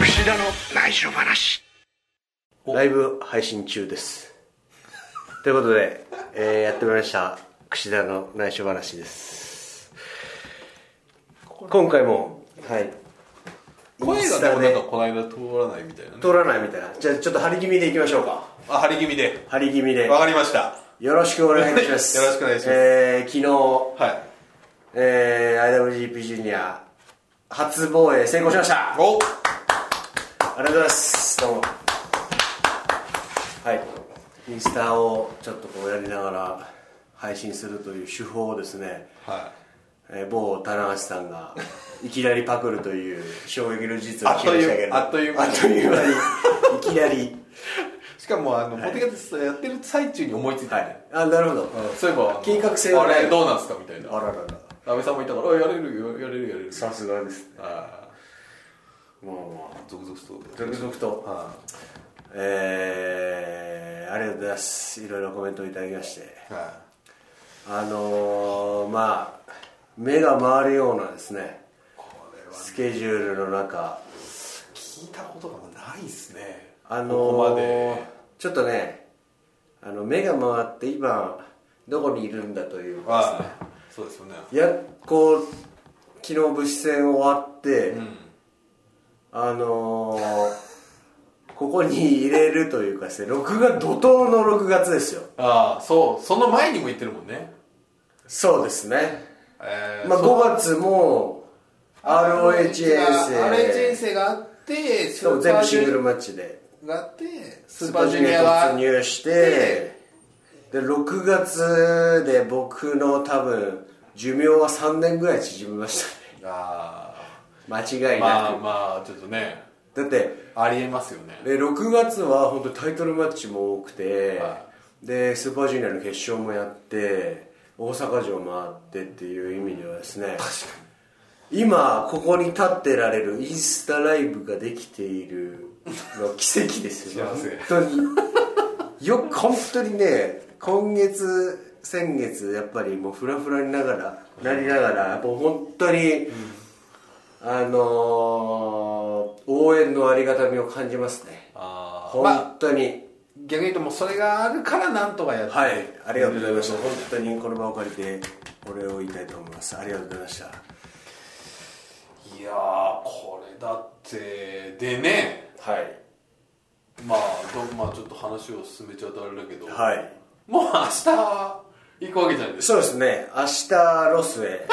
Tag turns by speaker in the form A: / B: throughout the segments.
A: 串田の内緒話
B: ライブ配信中です。ということで、えーやってまいりました、櫛田の内緒話です。今回も、はい。
C: 声
B: インス
C: がで
B: タ
C: もなん
B: で
C: かこの間通らないみたいなね
B: 通らないみたいな。じゃあ、ちょっと張り気味でいきましょうか。
C: あ張り気味で
B: 張り気味で
C: わ。かりました
B: よろしくお願いいたします。
C: よろしくお願いします
B: えー昨日、
C: はい
B: えー IWGP ジュニア、初防衛成功しました。あ
C: お
B: りがとうございます。どうも。はい。インスタをちょっとこうやりながら配信するという手法をですね、
C: は
B: えー某棚橋さんがいきなりパクるという衝撃の事実を
C: あっとい
B: 聞
C: う
B: きましたけど
C: あっという間
B: あっという間にいきなり
C: いしかもあの、ポテキャストやってる最中に思いついた
B: は
C: んで
B: いあなるほど
C: うんそういえばあの
B: 計画性は
C: あ
B: ない
C: れどうなんすかみたいな
B: あららら
C: 安倍さんもいたからあやれるよやれるやれる
B: さすがです
C: あ
B: も
C: あ続々と
B: う続々と
C: は
B: えー、ありがとうございますいろいろコメントをいただきまして
C: いは
B: あのー、まあ目が回るようなですねスケジュールの中
C: い聞いたことがないっすね
B: あのー
C: ここまで
B: ちょっとねあの目が回って今どこにいるんだというかですね
C: あそうですよね
B: いやこう昨日物資戦終わって、あのー、ここに入れるというかですね録画怒涛の6月ですよ
C: ああそうその前にも言ってるもんね
B: そうですね、
C: えー
B: まあ、
C: そう
B: 5月も ROH 遠征
C: 遠征があって
B: し
C: し
B: かも全部シングルマッチで
C: があって
B: スーパージュニア突入してで6月で僕の多分寿命は3年ぐらい縮みましたね
C: あ
B: 間違
C: あ
B: いなく、
C: まあまあちょっとね
B: だって
C: ありえますよね
B: で6月は本当にタイトルマッチも多くて、
C: は
B: でスーパージュニアの決勝もやって大阪城回ってっていう意味ではですね今ここに立ってられるインスタライブができているの奇跡ですよ
C: 幸せ
B: 本当によく本当にね今月先月やっぱりもうフラフラにながらなりながらやっぱ本当に、あのー応援のありがたみを感じますね
C: ああまあ
B: 本当に、
C: 逆に言うともうそれがあるからなんとかやって
B: はいありがとうございました本当にこの場を借りてお礼を言いたいと思いますありがとうございました
C: いやーこれだってでね
B: はい
C: まあどまあちょっと話を進めちゃうとあれだけど
B: はい
C: もう明日行くわけじゃないです
B: そ
C: か
B: うですね明日ロスへ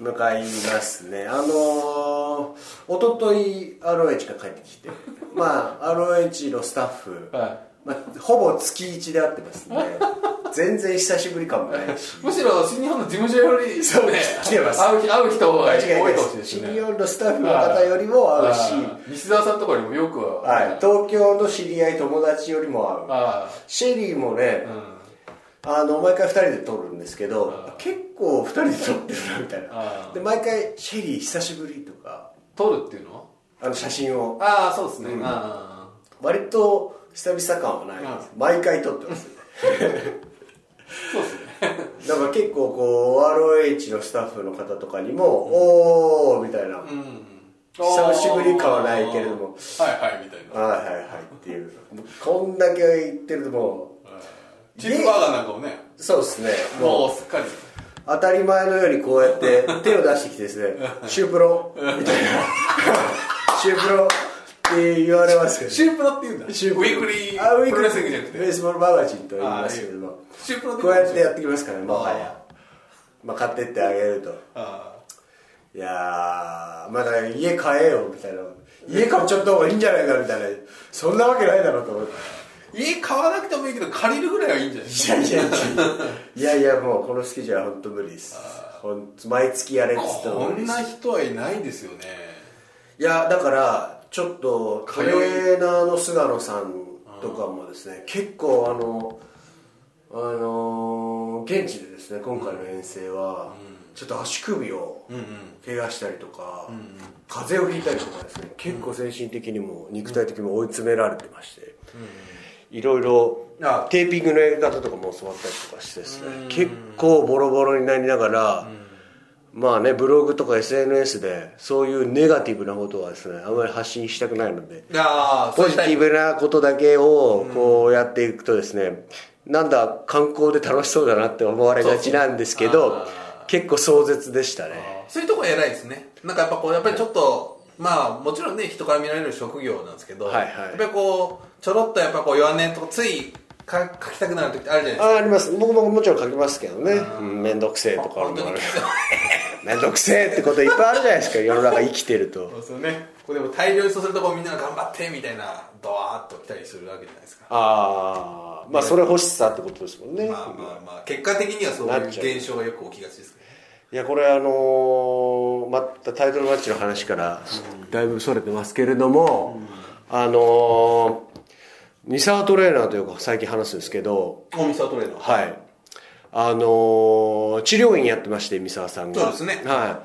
B: 向かいますね あのー、おととい ROH が帰ってきて まあ ROH のスタッフ、
C: は
B: まあ、ほぼ月1で会ってます ね全然久しぶり感もないし
C: むしろ新日本の事務所よりね
B: そう来てます
C: 会う会う人が多
B: 間
C: い
B: 違い
C: か
B: な
C: も
B: いで
C: しれないですす
B: 新
C: ね
B: 日本のスタッフの方よりも会うし、
C: あー西澤さんとかにもよくは
B: はい、東京の知り合い友達よりも会う
C: あ
B: シェリーもね
C: あ、うん
B: あの毎回2人で撮るんですけど結構2人で撮ってるなみたい
C: あ
B: な
C: ー
B: で毎回「シェリー久しぶり」とか
C: 撮るっていうの
B: あの写真を
C: ああそうですね、うん、あ
B: 割と久々感はないです毎回撮って ますだから結構こう ROH のスタッフの方とかにも「おー」みたいな
C: ーうん
B: 久しぶり感はないけれども
C: はいはいみたい
B: 「
C: な
B: はいはいはい」っていうこんだけ言ってるともう
C: チーズバーガーなんかもね
B: そうですね
C: もうすっかり
B: 当たり前のようにこうやって手を出してきてですね「シュープロ」みたい な「シュープロ」って言われますけど
C: シュープロって言うんだ
B: シュー
C: ウ
B: プロ
C: ィークリ
B: あ
C: ープロレスリングじゃなく
B: ベ
C: て
B: ースボールマガジンと言いますけれども
C: シュープロ
B: こうやってやっててきますからねもはやまあ買ってってあげると
C: あ
B: いやーまあだから家買えよみたいな家買っちゃった方がいいんじゃないかみたいなそんなわけないだろうと思って
C: ー家買わなくてもいいけど借りるぐらいはいいんじゃない
B: いやいやいやいやいやもうこのスケジュールは本当無理ですほんと毎月やれっつっても
C: こ
B: 無理
C: ん
B: です
C: な人はいないですよね
B: いやだからちょっとト
C: 通い
B: レーナーの菅野さんとかもですね結構あのあのー現地でですね今回の遠征は、ちょっと足首を怪我したりとか、風邪をひいたりとかですね結構精神的にも肉体的にも追い詰められてまして、いろいろ
C: あ
B: テーピングのやり方とかも教わったりとかしてです
C: う
B: ね
C: ん
B: 結構ボロボロになりながらまあねブログとか SNS でそういうネガティブなことはですねあまり発信したくないので
C: ああ
B: ポジティブなことだけをこうやっていくとですね、なんだ観光で楽しそうだなって思われがちなんですけ
C: そう
B: ど
C: そう
B: 結構壮絶でしたね
C: そういうとこ偉いですねなんかやっぱこうやっぱりちょっとまあもちろんね人から見られる職業なんですけど、
B: はいはい
C: やっぱりこうちょろっとやっぱこう弱音とかついか書きたくなる時ってあるじゃないですか
B: ああります僕ももちろん書きますけどねうん面倒、くせえとか
C: 本当
B: もあ
C: に
B: る面倒くせえってこといっぱいあるじゃないですか世の中生きてると
C: そうですよねこれでも大量にそうするとこうみんなが頑張ってみたいなドワーッと来たりするわけじゃないですか
B: ああまあそれ欲しさってことですもんね、
C: まあまあまあ結果的にはそうい
B: な
C: う
B: っちゃう
C: 現象がよく起きがちですけど
B: いやこれあのーまたタイトルマッチの話からだいぶそれてますけれども、あのー、三沢トレーナーというか最近話すんですけど
C: お店はトレーナー
B: はいあのー治療院やってまして三沢さんが
C: そうですね
B: はい、
C: はい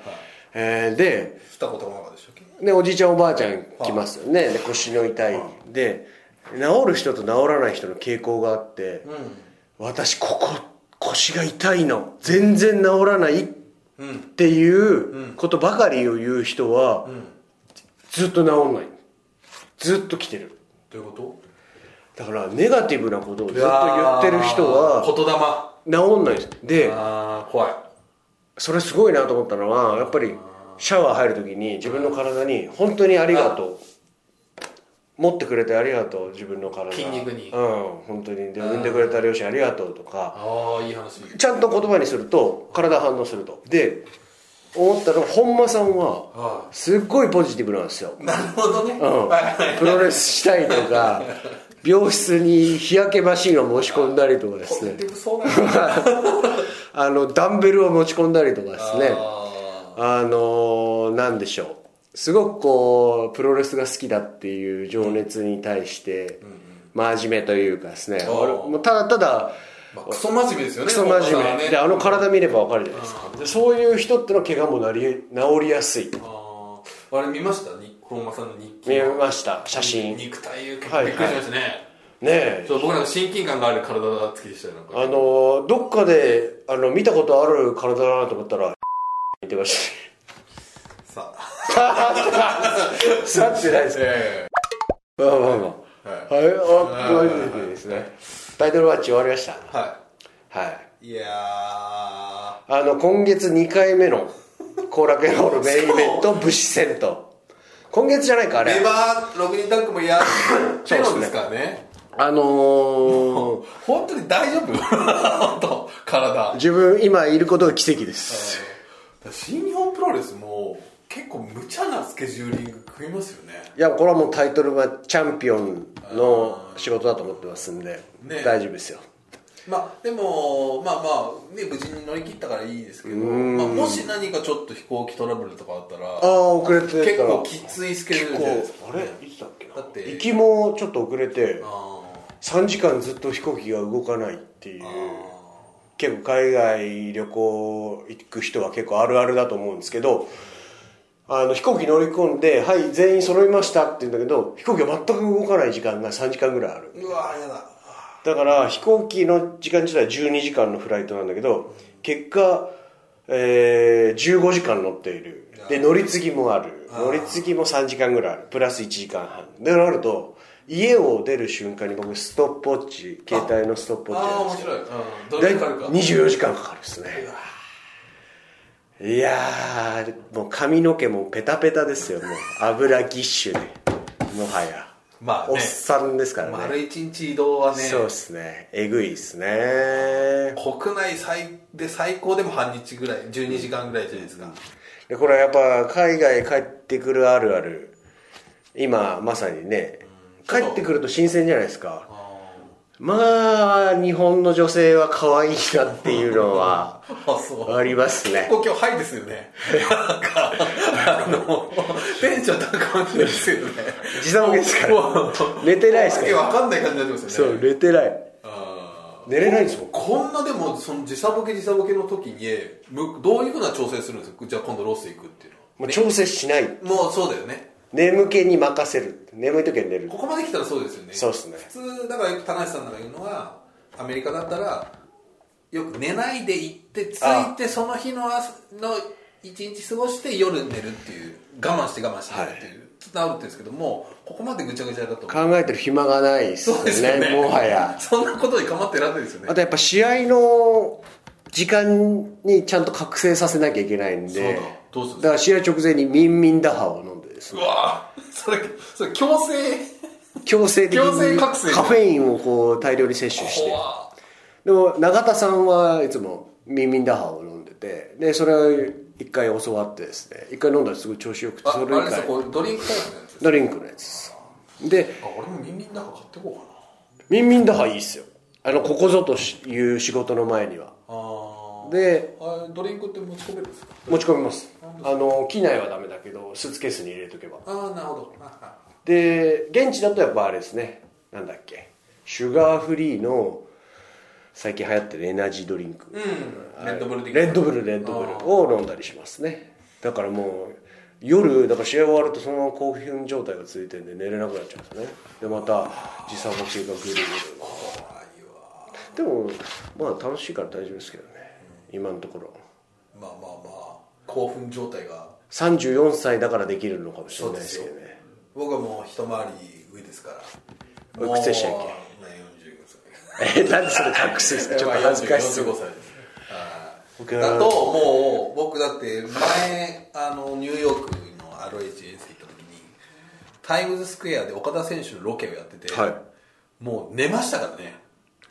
B: えーで
C: 二言もなかったでしたっけ
B: でおじいちゃんおばあちゃん来ますよね、で腰の痛い、で治る人と治らない人の傾向があって、私ここ腰が痛いの全然治らないっていうことばかりを言う人は、ずっと治んないずっと来てる
C: どういうこと
B: だからネガティブなことをずっと言ってる人
C: 言
B: は
C: 霊
B: 治んないですで
C: ああ怖い
B: それすごいなと思ったのはやっぱりシャワー入る時に自分の体に本当にありがとう持ってくれてありがとう自分の体
C: 筋肉に
B: うん本当にで産んでくれた両親ありがとうとか
C: ああいい話
B: ちゃんと言葉にすると体反応するとで思ったのは本間さん
C: は
B: はすっごいポジティブなんですよ
C: なるほどね、
B: う
C: はいはい
B: んプロレスしたいとか病室に日焼けマシンを持ち込んだりとかで
C: ポ
B: す
C: ジ
B: ね
C: ティブそうなんだ
B: あのダンベルを持ち込んだりとかですね
C: あ
B: あのーなんでしょうすごくこうプロレスが好きだっていう情熱に対して、真面目というかですね
C: ー
B: 俺もうただただ
C: ーまあ、クソ真面目ですよね
B: クソ真
C: 本田さ
B: 面
C: んは
B: 目
C: ね
B: であの体見ればわかるじゃないですかでそういう人ってのは怪我もなり治りやすい
C: あーあれ見ましたに本間さんの日記
B: 見えました写真ね
C: 肉体結
B: は
C: 構
B: い
C: びっくりしましたね、
B: え
C: そう僕なんか親近感がある体つきでしたよなんか
B: あのーどっかであの見たことある体だなと思ったら見てまし
C: さあ
B: た さってないです
C: え
B: まあまあま
C: えはい
B: あはいあごめんなさいですねタイトルマッチ終わりました
C: は
B: はい
C: いいやー
B: あの今月2回目の後楽園ホールメインイベント武士戦と今月じゃないかあ
C: レ
B: れ
C: バー6人タッグもやって
B: そうですね
C: るんですからね
B: あのー、
C: 本当に大丈夫 本当体
B: 自分今いることが奇跡です
C: 新日本プロレスも結構無茶なスケジューリング組みますよね
B: いやこれはもうタイトルはチャンピオンの仕事だと思ってますんで、
C: ね
B: 大丈夫ですよ
C: まあでもまあまあね無事に乗り切ったからいいですけど、まあ、もし何かちょっと飛行機トラブルとかあった
B: あ
C: ら
B: あ遅れて
C: 結
B: たら
C: 構きついスケジュールじゃないですか
B: あれいつだっけな
C: だって
B: 行きもちょっと遅れて
C: あー
B: 3時間ずっと飛行機が動かないっていう結構海外旅行行く人は結構あるあるだと思うんですけどあの飛行機乗り込んで「はい全員揃いました」って言うんだけど飛行機が全く動かない時間が3時間ぐらいある
C: うわーやだ
B: だから飛行機の時間自体は12時間のフライトなんだけど結果、えー15時間乗っているで乗り継ぎもある乗り継ぎも3時間ぐらいあるプラス1時間半でなると家を出る瞬間に僕ストップウォッチ携帯のストップウォッチ
C: ああ
B: なんで
C: 面
B: すけど
C: 白い、うん、どれかかるか
B: 24時間かかるですねいやーもう髪の毛もペタペタですよもう油ぎっしゅでもはや
C: まあね
B: おっさんですからね、
C: 丸一日移動はね
B: そうですねえぐいですね
C: 国内最で最高でも半日ぐらい12時間ぐらいじゃないですか、
B: でこれはやっぱ海外帰ってくるあるある今まさにね帰ってくると新鮮じゃないですかまあ日本の女性は可愛いなっていうのは
C: あそう
B: あります ね
C: ここ今日ハイですよねなんかあのテンション高めですよね
B: 時差ボケですから
C: もう
B: 寝てないですから
C: わけわかんない感じになってます
B: そ
C: よ
B: う
C: ね
B: 寝てない
C: あー
B: 寝れないんですもん
C: こんなでもその時差ボケ時差ボケの時にむどういうふうな調整するんですかじゃあ今度ロス行くっていうのは
B: もう調整しない
C: もうそうだよね
B: 眠気に任せる眠い時は寝る
C: ここまで来たらそうですよね
B: そうっすね
C: 普通だからよく田無さんなんか言うのはアメリカだったらよく寝ないで行って着いてその日の朝の一日過ごして夜寝るっていう我慢して我慢して寝るっていう、伝わるって言うんですけどもここまでぐちゃぐちゃだと
B: 考えてる暇がないっす
C: そうですよ
B: ね
C: ね
B: もはや
C: そんなことに構ってらんないですよね
B: あとやっぱ試合の時間にちゃんと覚醒させなきゃいけないんで
C: そうだどうするんですか
B: だから試合直前にミンミン打破を飲んでです
C: う
B: ね
C: わぁそれそれ強制
B: 強制的
C: 強制
B: にカ
C: 覚
B: フ
C: 醒
B: ェインをこう大量に摂取して
C: 怖
B: でも永田さんはいつもミンミンダハを飲んでてでそれを一回教わってですね一回飲んだらすごい調子よくて
C: あ
B: そ
C: あ
B: れ以
C: れですよこ
B: 来
C: うドリンクタイプのやつです
B: ドリンクのやつですで
C: あ俺もミンミンだから買ってこうかな
B: ミンミンダハいいっすよあのここぞという仕事の前には
C: あ
B: で
C: ーあれドリンクって持ち込めるんですか
B: 持ち込みますあの機内はダメだけどスーツケースに入れとけば
C: ああなるほどあ
B: で現地だとやっぱあれですねなんだっけシュガーフリーの最近流行ってるエナジードリンク、
C: うん レッドブル的な
B: レッドブルレッドブルを飲んだりしますねだからもう夜だから試合終わるとそのまま興奮状態が続いてるんで寝れなくなっちゃうんですねでまた時差ボケがぐるぐるでもまあ楽しいから大丈夫ですけどね今のところ
C: まあまあまあ興奮状態が
B: 34歳だからできるのかもしれないですけどね
C: 僕はもう一回り上ですから
B: おいくつでしたっけ
C: もうまあ45歳
B: え なんでそれ隠すんですかちょっと恥ずかしそう
C: 45歳ですはい
B: 僕は
C: だともう僕だって前あのニューヨークの ROH 遠征行った時にタイムズスクエアで岡田選手のロケをやってて、
B: はい
C: もう寝ましたからね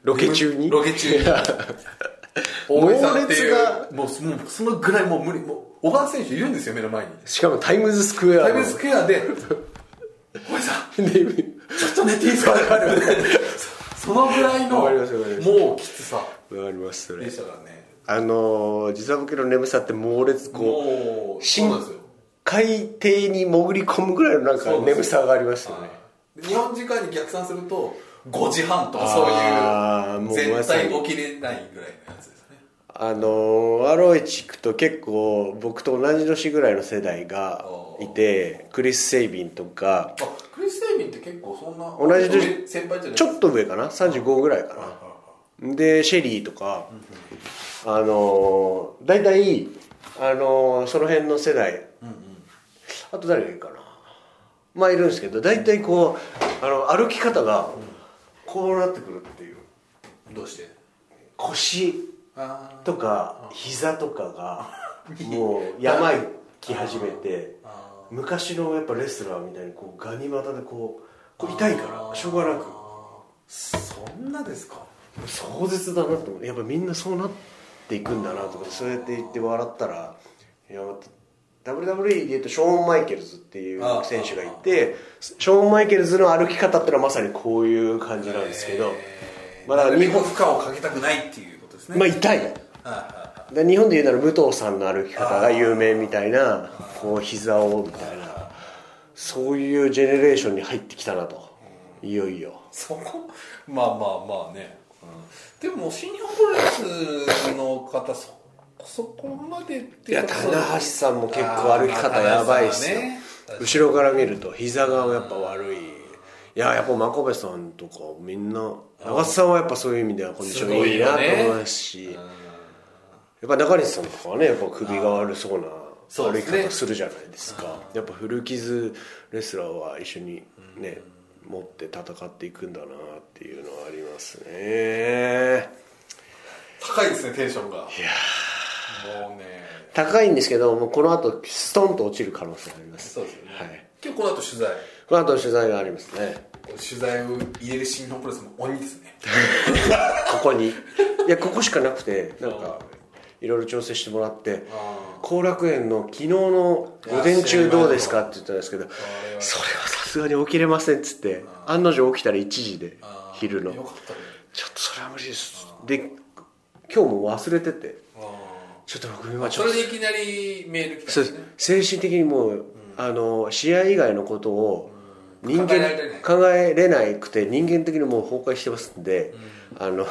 B: ロケ中に
C: ロケ中に
B: 猛
C: 大
B: 烈
C: 江さんっていう
B: が
C: もうもうそのぐらいもう無理もう岡田選手いるんですよ目の 前に
B: しかもタイムズスクエア
C: タイ
B: の
C: ムズスクエ アで「大江さん
B: で
C: ちょっと寝ていいで すか?」そのぐらいの
B: わかりますわかります
C: もうきつさ
B: わかりますそれ
C: でしたからね
B: あのー時差ボケの眠さって猛烈こう
C: もうそう
B: 深
C: なんですよ
B: 海底に潜り込むぐらいのなんか
C: そうです
B: 眠さがありますよね
C: はい日本時間に逆算すると5時半とか
B: あーもう
C: そういう
B: ま
C: 絶
B: さに
C: 対起きれないぐらいのやつですね
B: あのーアロエチ行くと結構僕と同じ年ぐらいの世代がいてクリス・セイビンとか
C: あクリス・エイビンって結構そんな
B: 同じ
C: 上
B: 年
C: 先輩じゃない
B: ちょっと上かな35ぐらいかなでシェリーとかあのー大体あのーその辺の世代あと誰がいるかなまあいるんですけど大体こうあの歩き方がこうなってくるっていう
C: どうして
B: 腰
C: あ
B: とか膝とかがもう病き始めて
C: あ
B: 昔のやっぱレスラーみたいにこうガニ股でこうこう痛いからしょうがなく
C: そんなですか
B: 壮絶だなと思ってやっぱみんなそうなっていくんだなとかそうやって言って笑ったらいや WWE でいうとショーン・マイケルズっていう選手がいてショーン・マイケルズの歩き方ってのはまさにこういう感じなんですけど、
C: えー
B: まあだ
C: な
B: から日
C: るべく
B: 本、
C: 負荷をかけたくないっていうことですね
B: まあ、痛い
C: あ
B: で日本で言うなら武藤さんの歩き方が有名みたいなこう膝をみたいなそういうジェネレーションに入ってきたなといよいよ
C: そこまあまあまあね、うん、でも新日本プロレスの方そそこまでって
B: いや棚橋さんも結構歩き方やばいっすよ、
C: あーまあ棚橋さんはね
B: 後ろから見ると膝がやっぱ悪いいややっぱ真壁さんとかみんな長瀬さんはやっぱそういう意味ではコンディションいいなと思いますしやっぱ中西さんとかはねやっぱ首が悪そうな
C: そう
B: 歩
C: で
B: き
C: すね
B: 方するじゃないですかやっぱ古傷レスラーは一緒にね持って戦っていくんだなっていうのはありますね
C: 高いですねテンションがいやもうね
B: 高いんですけどもうこの後ストンと落ちる可能性があります
C: そうですよね、
B: はい
C: 今日この後取材
B: この後取材がありますね
C: 取材を入れる新日本プロレスも鬼ですね
B: ここにいやここしかなくてなんかいろいろ調整してもらって後楽園の昨日の午前中どうですかって言ったんですけどそれはさすがに起きれませんっつって案の定起きたら1時で昼のち
C: よ
B: ょっ
C: かったね
B: とそれは無理ですで今日も忘れててちょっと僕今ちょ
C: そ
B: っと
C: れでいきなりメール来たんで
B: そう
C: すね
B: 精神的にもう、あの試合以外のことを人間
C: 考えられない
B: 考えれなくて人間的にもう崩壊してますんで、あの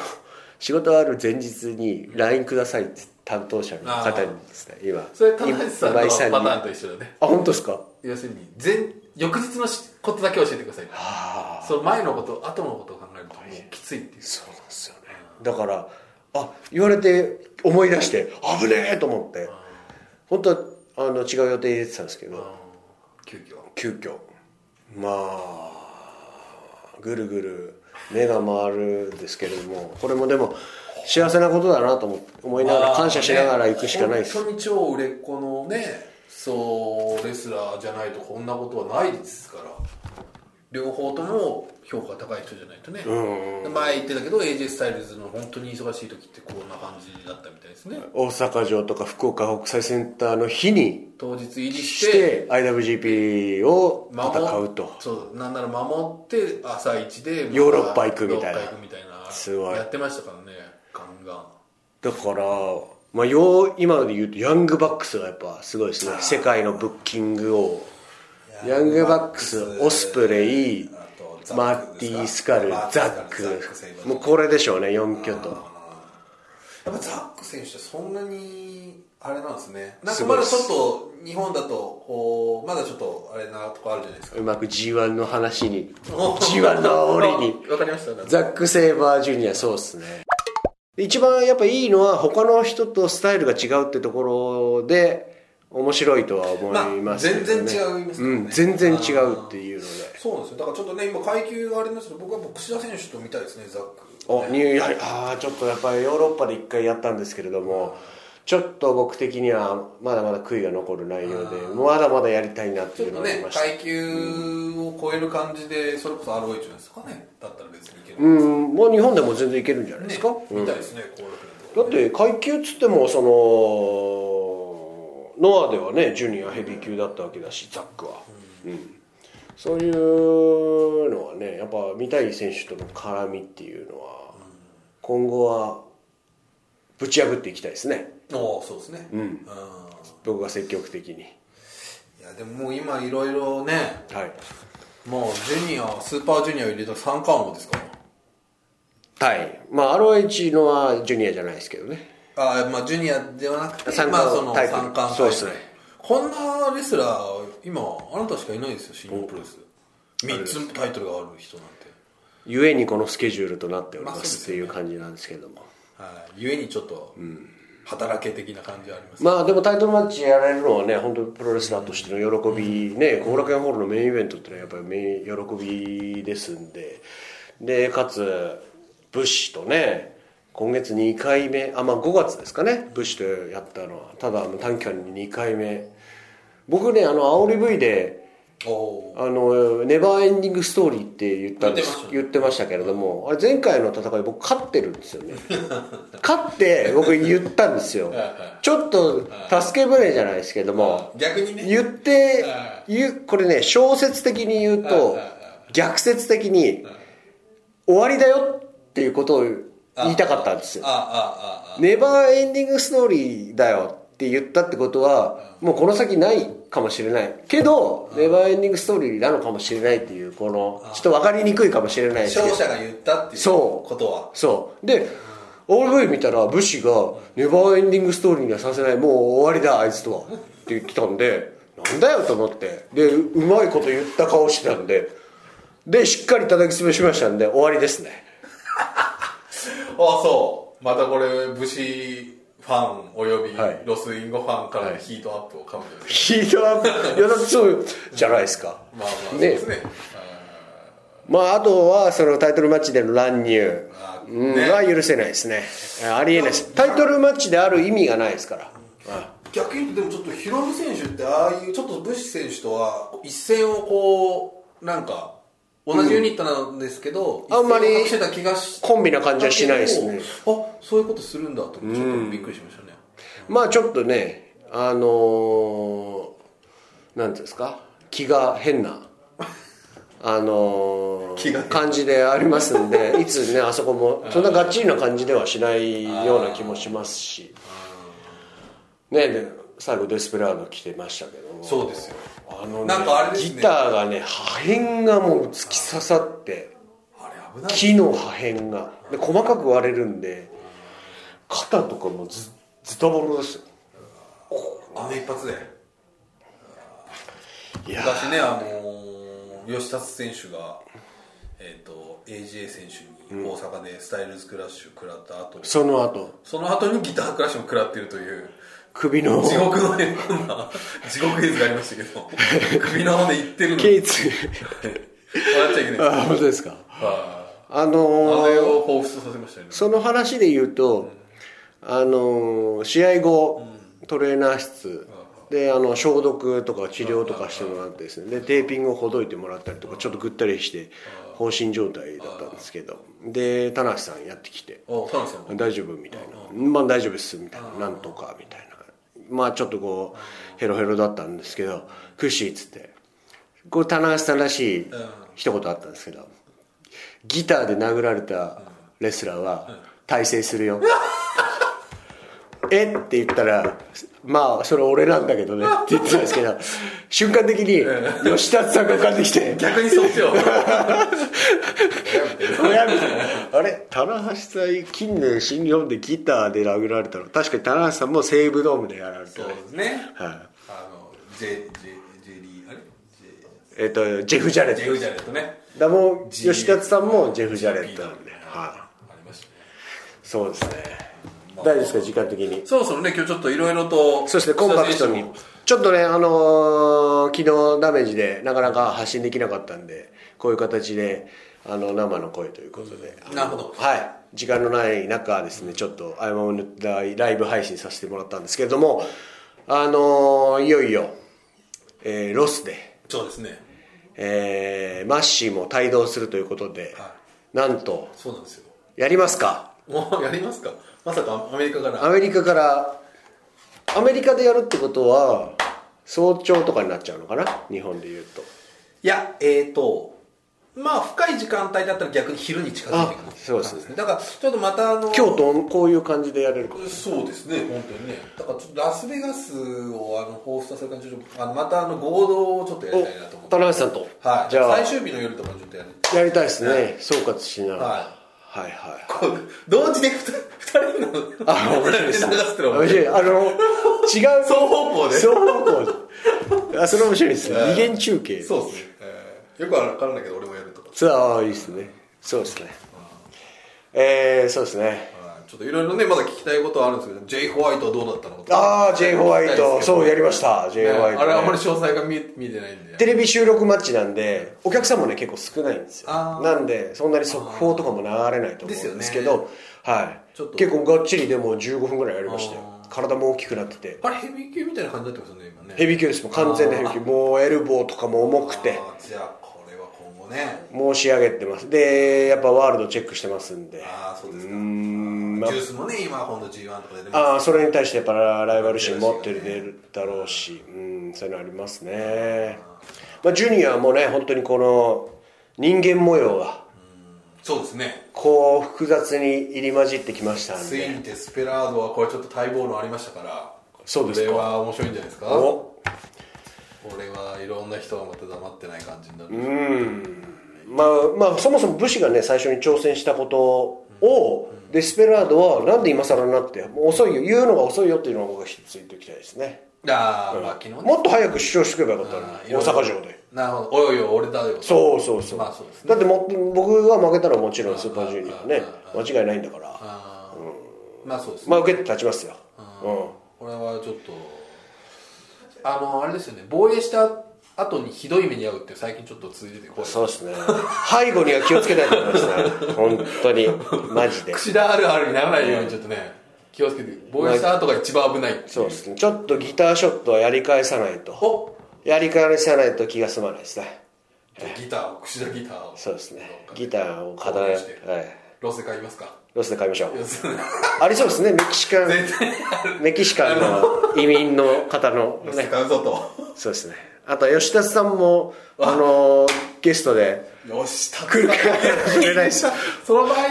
B: 仕事ある前日に LINE くださいって担当者の方にですね今
C: それ田中さんの
B: 今井さんに
C: パターンと一緒だね
B: あ本当ですか
C: 要するに前翌日のしことだけ教えてください
B: ああ
C: その前のこと後のことを考えるともうきついっていう
B: そうなんですよねだからあ言われて思い出して危ねえと思って本当はあの違う予定入れてたんですけ
C: あ
B: ど
C: ー急遽
B: 急遽まあぐるぐる目が回るんですけれどもこれもでも幸せなことだなと思思いながら感謝しながら行くしかないです
C: 本当に超売れっ子のねそうレスラーじゃないとこんなことはないですから両方とも評価高い人じゃないとね、
B: ん
C: で前言ってたけど AJ スタイルズの本当に忙しい時ってこんな感じだったみたいですね
B: 大阪城とか福岡国際センターの日に
C: 当日入り
B: し
C: して
B: て IWGP を
C: 守
B: 戦うと
C: そうなんなら守って朝一で
B: ヨーロッパ行くみたいな
C: ヨーロッパ行くみたいな
B: すごい
C: やってましたからねガンガン
B: だから、まあ、よう今ので言うとヤングバックスがやっぱすごいですね世界のブッキングをヤングバックスオスプレイ
D: あとザックですか
B: マッティ・スカルザ
D: マッティ
B: ック
D: ザックセイバー
B: もうこれでしょうね4巨頭
C: やっぱザック選手ってそんなにあれなんですねなん
B: す
C: か
B: ご
C: ま
B: いっ
C: だ
B: す
C: ちょっと日本だとこうまだちょっとあれなとこあるじゃないですか
B: うまく G1 の話に G1 の折に
C: あわかりました
B: ザック・セイバージュニアそうっすね一番やっぱいいのは他の人とスタイルが違うってところで面白いとは思いますけど、ね
C: まあ全然違いますよね
B: うん、全然違うっていうので
C: そうなんですよだからちょっとね今階級があれなんですけど僕はやっぱ櫛田選手と見たいですねザック
B: おニューヨークああちょっとやっぱりヨーロッパで一回やったんですけれどもちょっと僕的にはまだまだ悔いが残る内容でまだまだやりたいなって
C: ちょ
B: い
C: っ
B: うの
C: と
B: があり
C: ね
B: ました
C: 階級を超える感じでそれこそ ROH ですかねだったら別にいける
B: うんもう日本でも全然いけるんじゃないですか、
C: ね
B: うん
C: 見
B: だ
C: たいですねこういうの
B: って階級っつってもそのノアではねジュニアヘビー級だったわけだしザックは、うんそういうのはねやっぱ見たい選手との絡みっていうのは今後はぶち破っていきたいですね
C: おーそうですねうん、い
B: 僕が積極的に
C: やでももう今いろいろね
B: はい
C: もうジュニアスーパージュニアを入れたら三冠王ですから
B: はいまあ ROH のはジュニアじゃないですけどね
C: あーまあジュニアではなくて
B: 三冠
C: まあその
B: タイトル
C: 三冠
B: そうっすね
C: こんなレスラー今あなたしかいないですよ新日本プロレス3つタイトルがある人なんて
B: ゆえにこのスケジュールとなっておりま
C: まあそうですす
B: っ
C: よ
B: てい
C: ね
B: う感じなんですけれども
C: はいゆえにちょっと働け的な感じはあります
B: まあでもタイトルマッチやられるのはね本当プロレスラーとしての喜びね後楽園ホールのメインイベントってのはやっぱりメイン喜びですんででかつブッシュとね今月2回目あまあ5月ですかねブッシュとやったのはただ短期間に2回目僕ねあの煽り V で
C: おおー
B: あのネバーエンディングストーリーって言ったんです言
C: 言
B: ってましたけれどもあれ前回の戦い僕勝ってるんですよね 勝って僕言ったんですよちょっと助け舟じゃないですけども
C: 逆にね
B: 言って
C: は
B: 言うこれね小説的に言う
C: はいはい
B: と
C: はい
B: 逆説的に終わりだよっていうことを言いたかったんですよ
C: あああああ
B: ネバーエンディングストーリーだよって言ったってことは、もうこの先ないかもしれない。けど、ネバーエンディングストーリーなのかもしれないっていう、この、ちょっと分かりにくいかもしれないですけど。
C: 勝者が言ったっていう
B: そう
C: ことは
B: そう。で、OV 見たら、武士が、ネバーエンディングストーリーにはさせない、もう終わりだ、あいつとは。って言ってたんで、なんだよと思って。で、ううまいこと言った顔してたんで、で、しっかり叩き潰しましたんで、終わりですね。
C: あそうまたこれ武士ファンおよび
B: はい
C: ロスインゴファンから
B: は
C: の
B: い
C: ヒートアップをかむんです
B: ヒートアップ、いや、だってそうじゃないですか。
C: まあまあそう
B: ね
C: ですね
B: まあ、あとはそのタイトルマッチでの乱入
C: あー
B: うん
C: ね
B: は許せないですねありえないですタイトルマッチである意味がないですから
C: 逆に言うとでもちょっとヒロム選手ってああいうちょっと武士選手とは一線をこうなんか同じユニットなんですけど、
B: あんまり
C: 一線を隠してた気がし
B: コンビな感じはしないですね
C: あそういうことするんだと思ってちょっとびっくりしましたね、
B: まあちょっとねあのーなんていうんですか気が変なあのー
C: 気が変
B: 感じでありますん でいつねあそこもそんながっちりな感じではしないような気もしますしねで最後デスペラード来てましたけども
C: そうですよ
B: あのね
C: なんかあれですね
B: ギターがね破片がもう突き刺さって
C: あれ危ない
B: 木の破片がで細かく割れるんで肩とかもずズタボロでしたよ
C: あの一発で
A: いや
C: 昔ねあのー吉達選手がえっ、と AJ 選手に大阪でスタイルズクラッシュ食らった後、
B: その後
C: その後にギタークラッシュも食らってるという
B: 首の
C: 地獄のような地獄絵図がありましたけど首の方で行ってるのに
B: 頸
C: 笑っ
B: 椎
C: ちゃいけない
B: あ本当ですか
C: は
B: あ
C: い
B: の
C: あ
B: ー
C: れを彷彿とさせましたよね
B: その話で言うと、あの試合後、トレーナー室であの消毒とか治療とかしてもらってですねでテーピングをほどいてもらったりとかちょっとぐったりして放心状態だったんですけどで田無さんやってきて
C: お田中さんも
B: 大丈夫みたいなまあ大丈夫っすみたいななんとかみたいなまあちょっとこうヘロヘロだったんですけどクッシーっつってこう田中さんらしい一言あったんですけどギターで殴られたレスラーは大成するよえって言ったらまあそれ俺なんだけどねって言ってたんですけ ど瞬間的に吉田さんが浮かんできて
C: 逆にそうしよう
B: 親みたいなあれ棚橋さん近年新日本でギターで殴られたの確かに棚橋さんも西武ドームでやられて
C: そ
B: ね
C: うですね
B: は
C: あの J, J, J リーあれ
B: いえっ、とジェフ・ジャレ
C: J
B: ッ
C: ェ
B: ト
C: フジャレットね
B: だもう吉達さんもジェフ・ジャレットなんで、は
C: ありましたね
B: い、そうですね大丈夫ですか時間的に
C: そろそろね今日ちょっといろいろと
B: そうですねコンパクトにちょっとねあのー昨日ダメージでなかなか発信できなかったんでこういう形であの生の声ということで、
C: なるほど
B: はい、時間のない中ですねちょっと合間を縫ったライブ配信させてもらったんですけれどもあのーいよいよ、えーロスで、
C: そうですね
B: えーマッシーも帯同するということで、
C: は
B: なんと
C: そうなんですよ
B: やりますか
C: もうやりますかまさかアメリカから
B: アメリカからアメリカでやるってことは早朝とかになっちゃうのかな日本で言うと
C: いやえーとまあ深い時間帯だったら逆に昼に近づいてくる
B: あそうですね
C: だからちょっとまたあの
B: 今日とこういう感じでやれるか
C: そうですね本当にねだからちょっとラスベガスをあの彷彿とさせる感じであのまたあの合同をちょっとやりたいなと思って
B: 田中さんと、
C: はい
B: じゃあ
C: 最終日の夜とかにちょっとやる
B: やりたいですね、総括しながら、
C: は
B: はいはい
C: こう同時で二人二人の
B: あ面白いですね
C: 流すってのは
B: 面白いあの違う
C: 双方向で
B: 双方向であそれ面白い ですね二元中継
C: そうですね、えーよくわからないけど俺もやるとか
B: ツアーいいですねそうですねえー、そうですね
C: ちょっといろいろねまだ聞きたいことはあるんですけど J ホワイトはどうだったの
B: ああ J ホワイトそうやりました J ホワイト、
C: あれあんまり詳細が見え見えてないんで
B: テレビ収録マッチなんでお客さんもね結構少ないんですよ
C: あー
B: なんでそんなに速報とかも流れないと思うんですけどはい
C: ちょっと
B: 結構がっちりでも15分ぐらいやりましたよ体も大きくなってて
C: あれヘビー級みたいな感じになってますよね今ね
B: ヘビー級ですもん完全なヘビー級もうエルボーとかも重くて
C: あーじゃあこれは今後ね
B: 申し上げてますでやっぱワールドチェックしてますんで
C: ああそうですか
B: うーんま
C: ジュースもね今今度 G1 とか出てます
B: ああそれに対してやっぱライバル心持ってるだろうしうんそういうのありますね、まあ、ジュニアもね本当にこの人間模様が
C: そうですね
B: こう複雑に入り混じってきましたん
C: つい
B: で
C: にデスペラードはこれちょっと待望論ありましたから
B: そうですか
C: これは面白いんじゃないですかこ
B: お
C: れはいろんな人がまた黙ってない感じになる
B: まあまあそもそも武士がね最初に挑戦したことをデスペラードはなんで今更になってもう遅いよ言うのが遅いよっていうのが僕はひっついておきたいですね
C: ああまあ昨日ね
B: もっと早く主張してくればよかった
C: あ
B: の
C: ーい
B: に
C: ろ
B: 大
C: いろ
B: 阪城で
C: なるほどおいおいおい俺だよ
B: そうそうそう,、
C: まあそうですね
B: だっても僕が負けたらもちろんスーパージュニアはね間違いないんだから
C: あーまあそうですね、
B: まあ受けて立ちますよ、う
C: これはちょっとあのあれですよね防衛した後にひどい目に遭うって最近ちょっと続いてて怖い
B: ん、そうですね 背後には気をつけたいと思いますね本当にマ ジで
C: 櫛田あるあるにならないようにちょっとね気をつけて防衛した後が一番危ないっていう
B: そうですねちょっとギターショットはやり返さないと
C: お
B: やり返さないと気が済まないですね
C: ギターを櫛田ギターを
B: そうですねギターを課題、
C: 購
B: は
C: 入して
B: い、
C: ロスで買い ますか
B: ロスで買いましょうありそうですねメキシカン
C: 絶対ある
B: メキシカンの移民の方の
C: ロスで
B: ね
C: 買うぞと
B: そうですねあと吉田さんもあのゲストで
C: よし高
B: 来るかもしれないし
C: その場合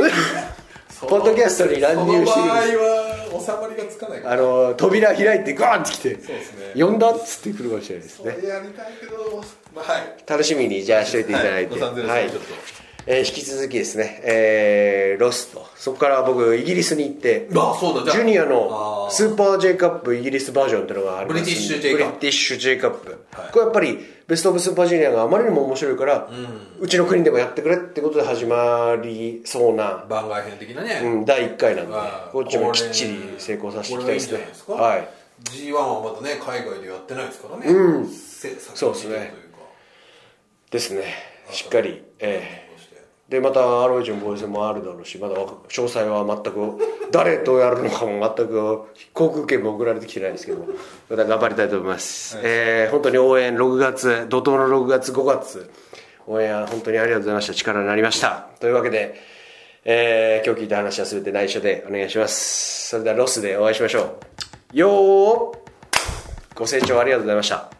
B: ポッドキャストに乱入して
C: その
B: く
C: 場合
B: る
C: は収まりがつかないから
B: あの扉開いてガーンって来て
C: そうですね
B: 呼んだっつって来るかもしれないですね
C: やりたいけどまあはい
B: 楽しみにじゃあしといていただいて
C: ロサンゼルス
B: は
C: で
B: い
C: ちょっと
B: えー引き続きですね、えーロスとそこから僕イギリスに行って
C: あそうだじゃあ
B: ジュニア
C: あ
B: の
C: ー
B: スーパー J カップイギリスバージョンっていうのがありますんで
C: ブリティッシュ J カップ
B: ブリティッシュ J カップ、
C: はい
B: これやっぱりベスト・オブ・スーパージュニアがあまりにも面白いから、うちの国でもやってくれってことで始まりそうな、
C: 番外編的なね、
B: うん、第1回なんで
C: あー
B: こっちも
C: れ
B: きっちり成功させていきたいですね
C: これはいいんじゃないです
B: はい
C: か、G1 はまだね海外でやってないですからね、うん、
B: そうですねですねしっかりえーでまたアロイチの防衛戦もあるだろうしまだわか詳細は全く誰とやるのかも全く航空券も送られてきてないですけどまた頑張りたいと思います、えー本当に応援6月怒涛の6月5月応援は本当にありがとうございました力になりましたというわけで、えー今日聞いた話は全て内緒でお願いしますそれではロスでお会いしましょうよーご清聴ありがとうございました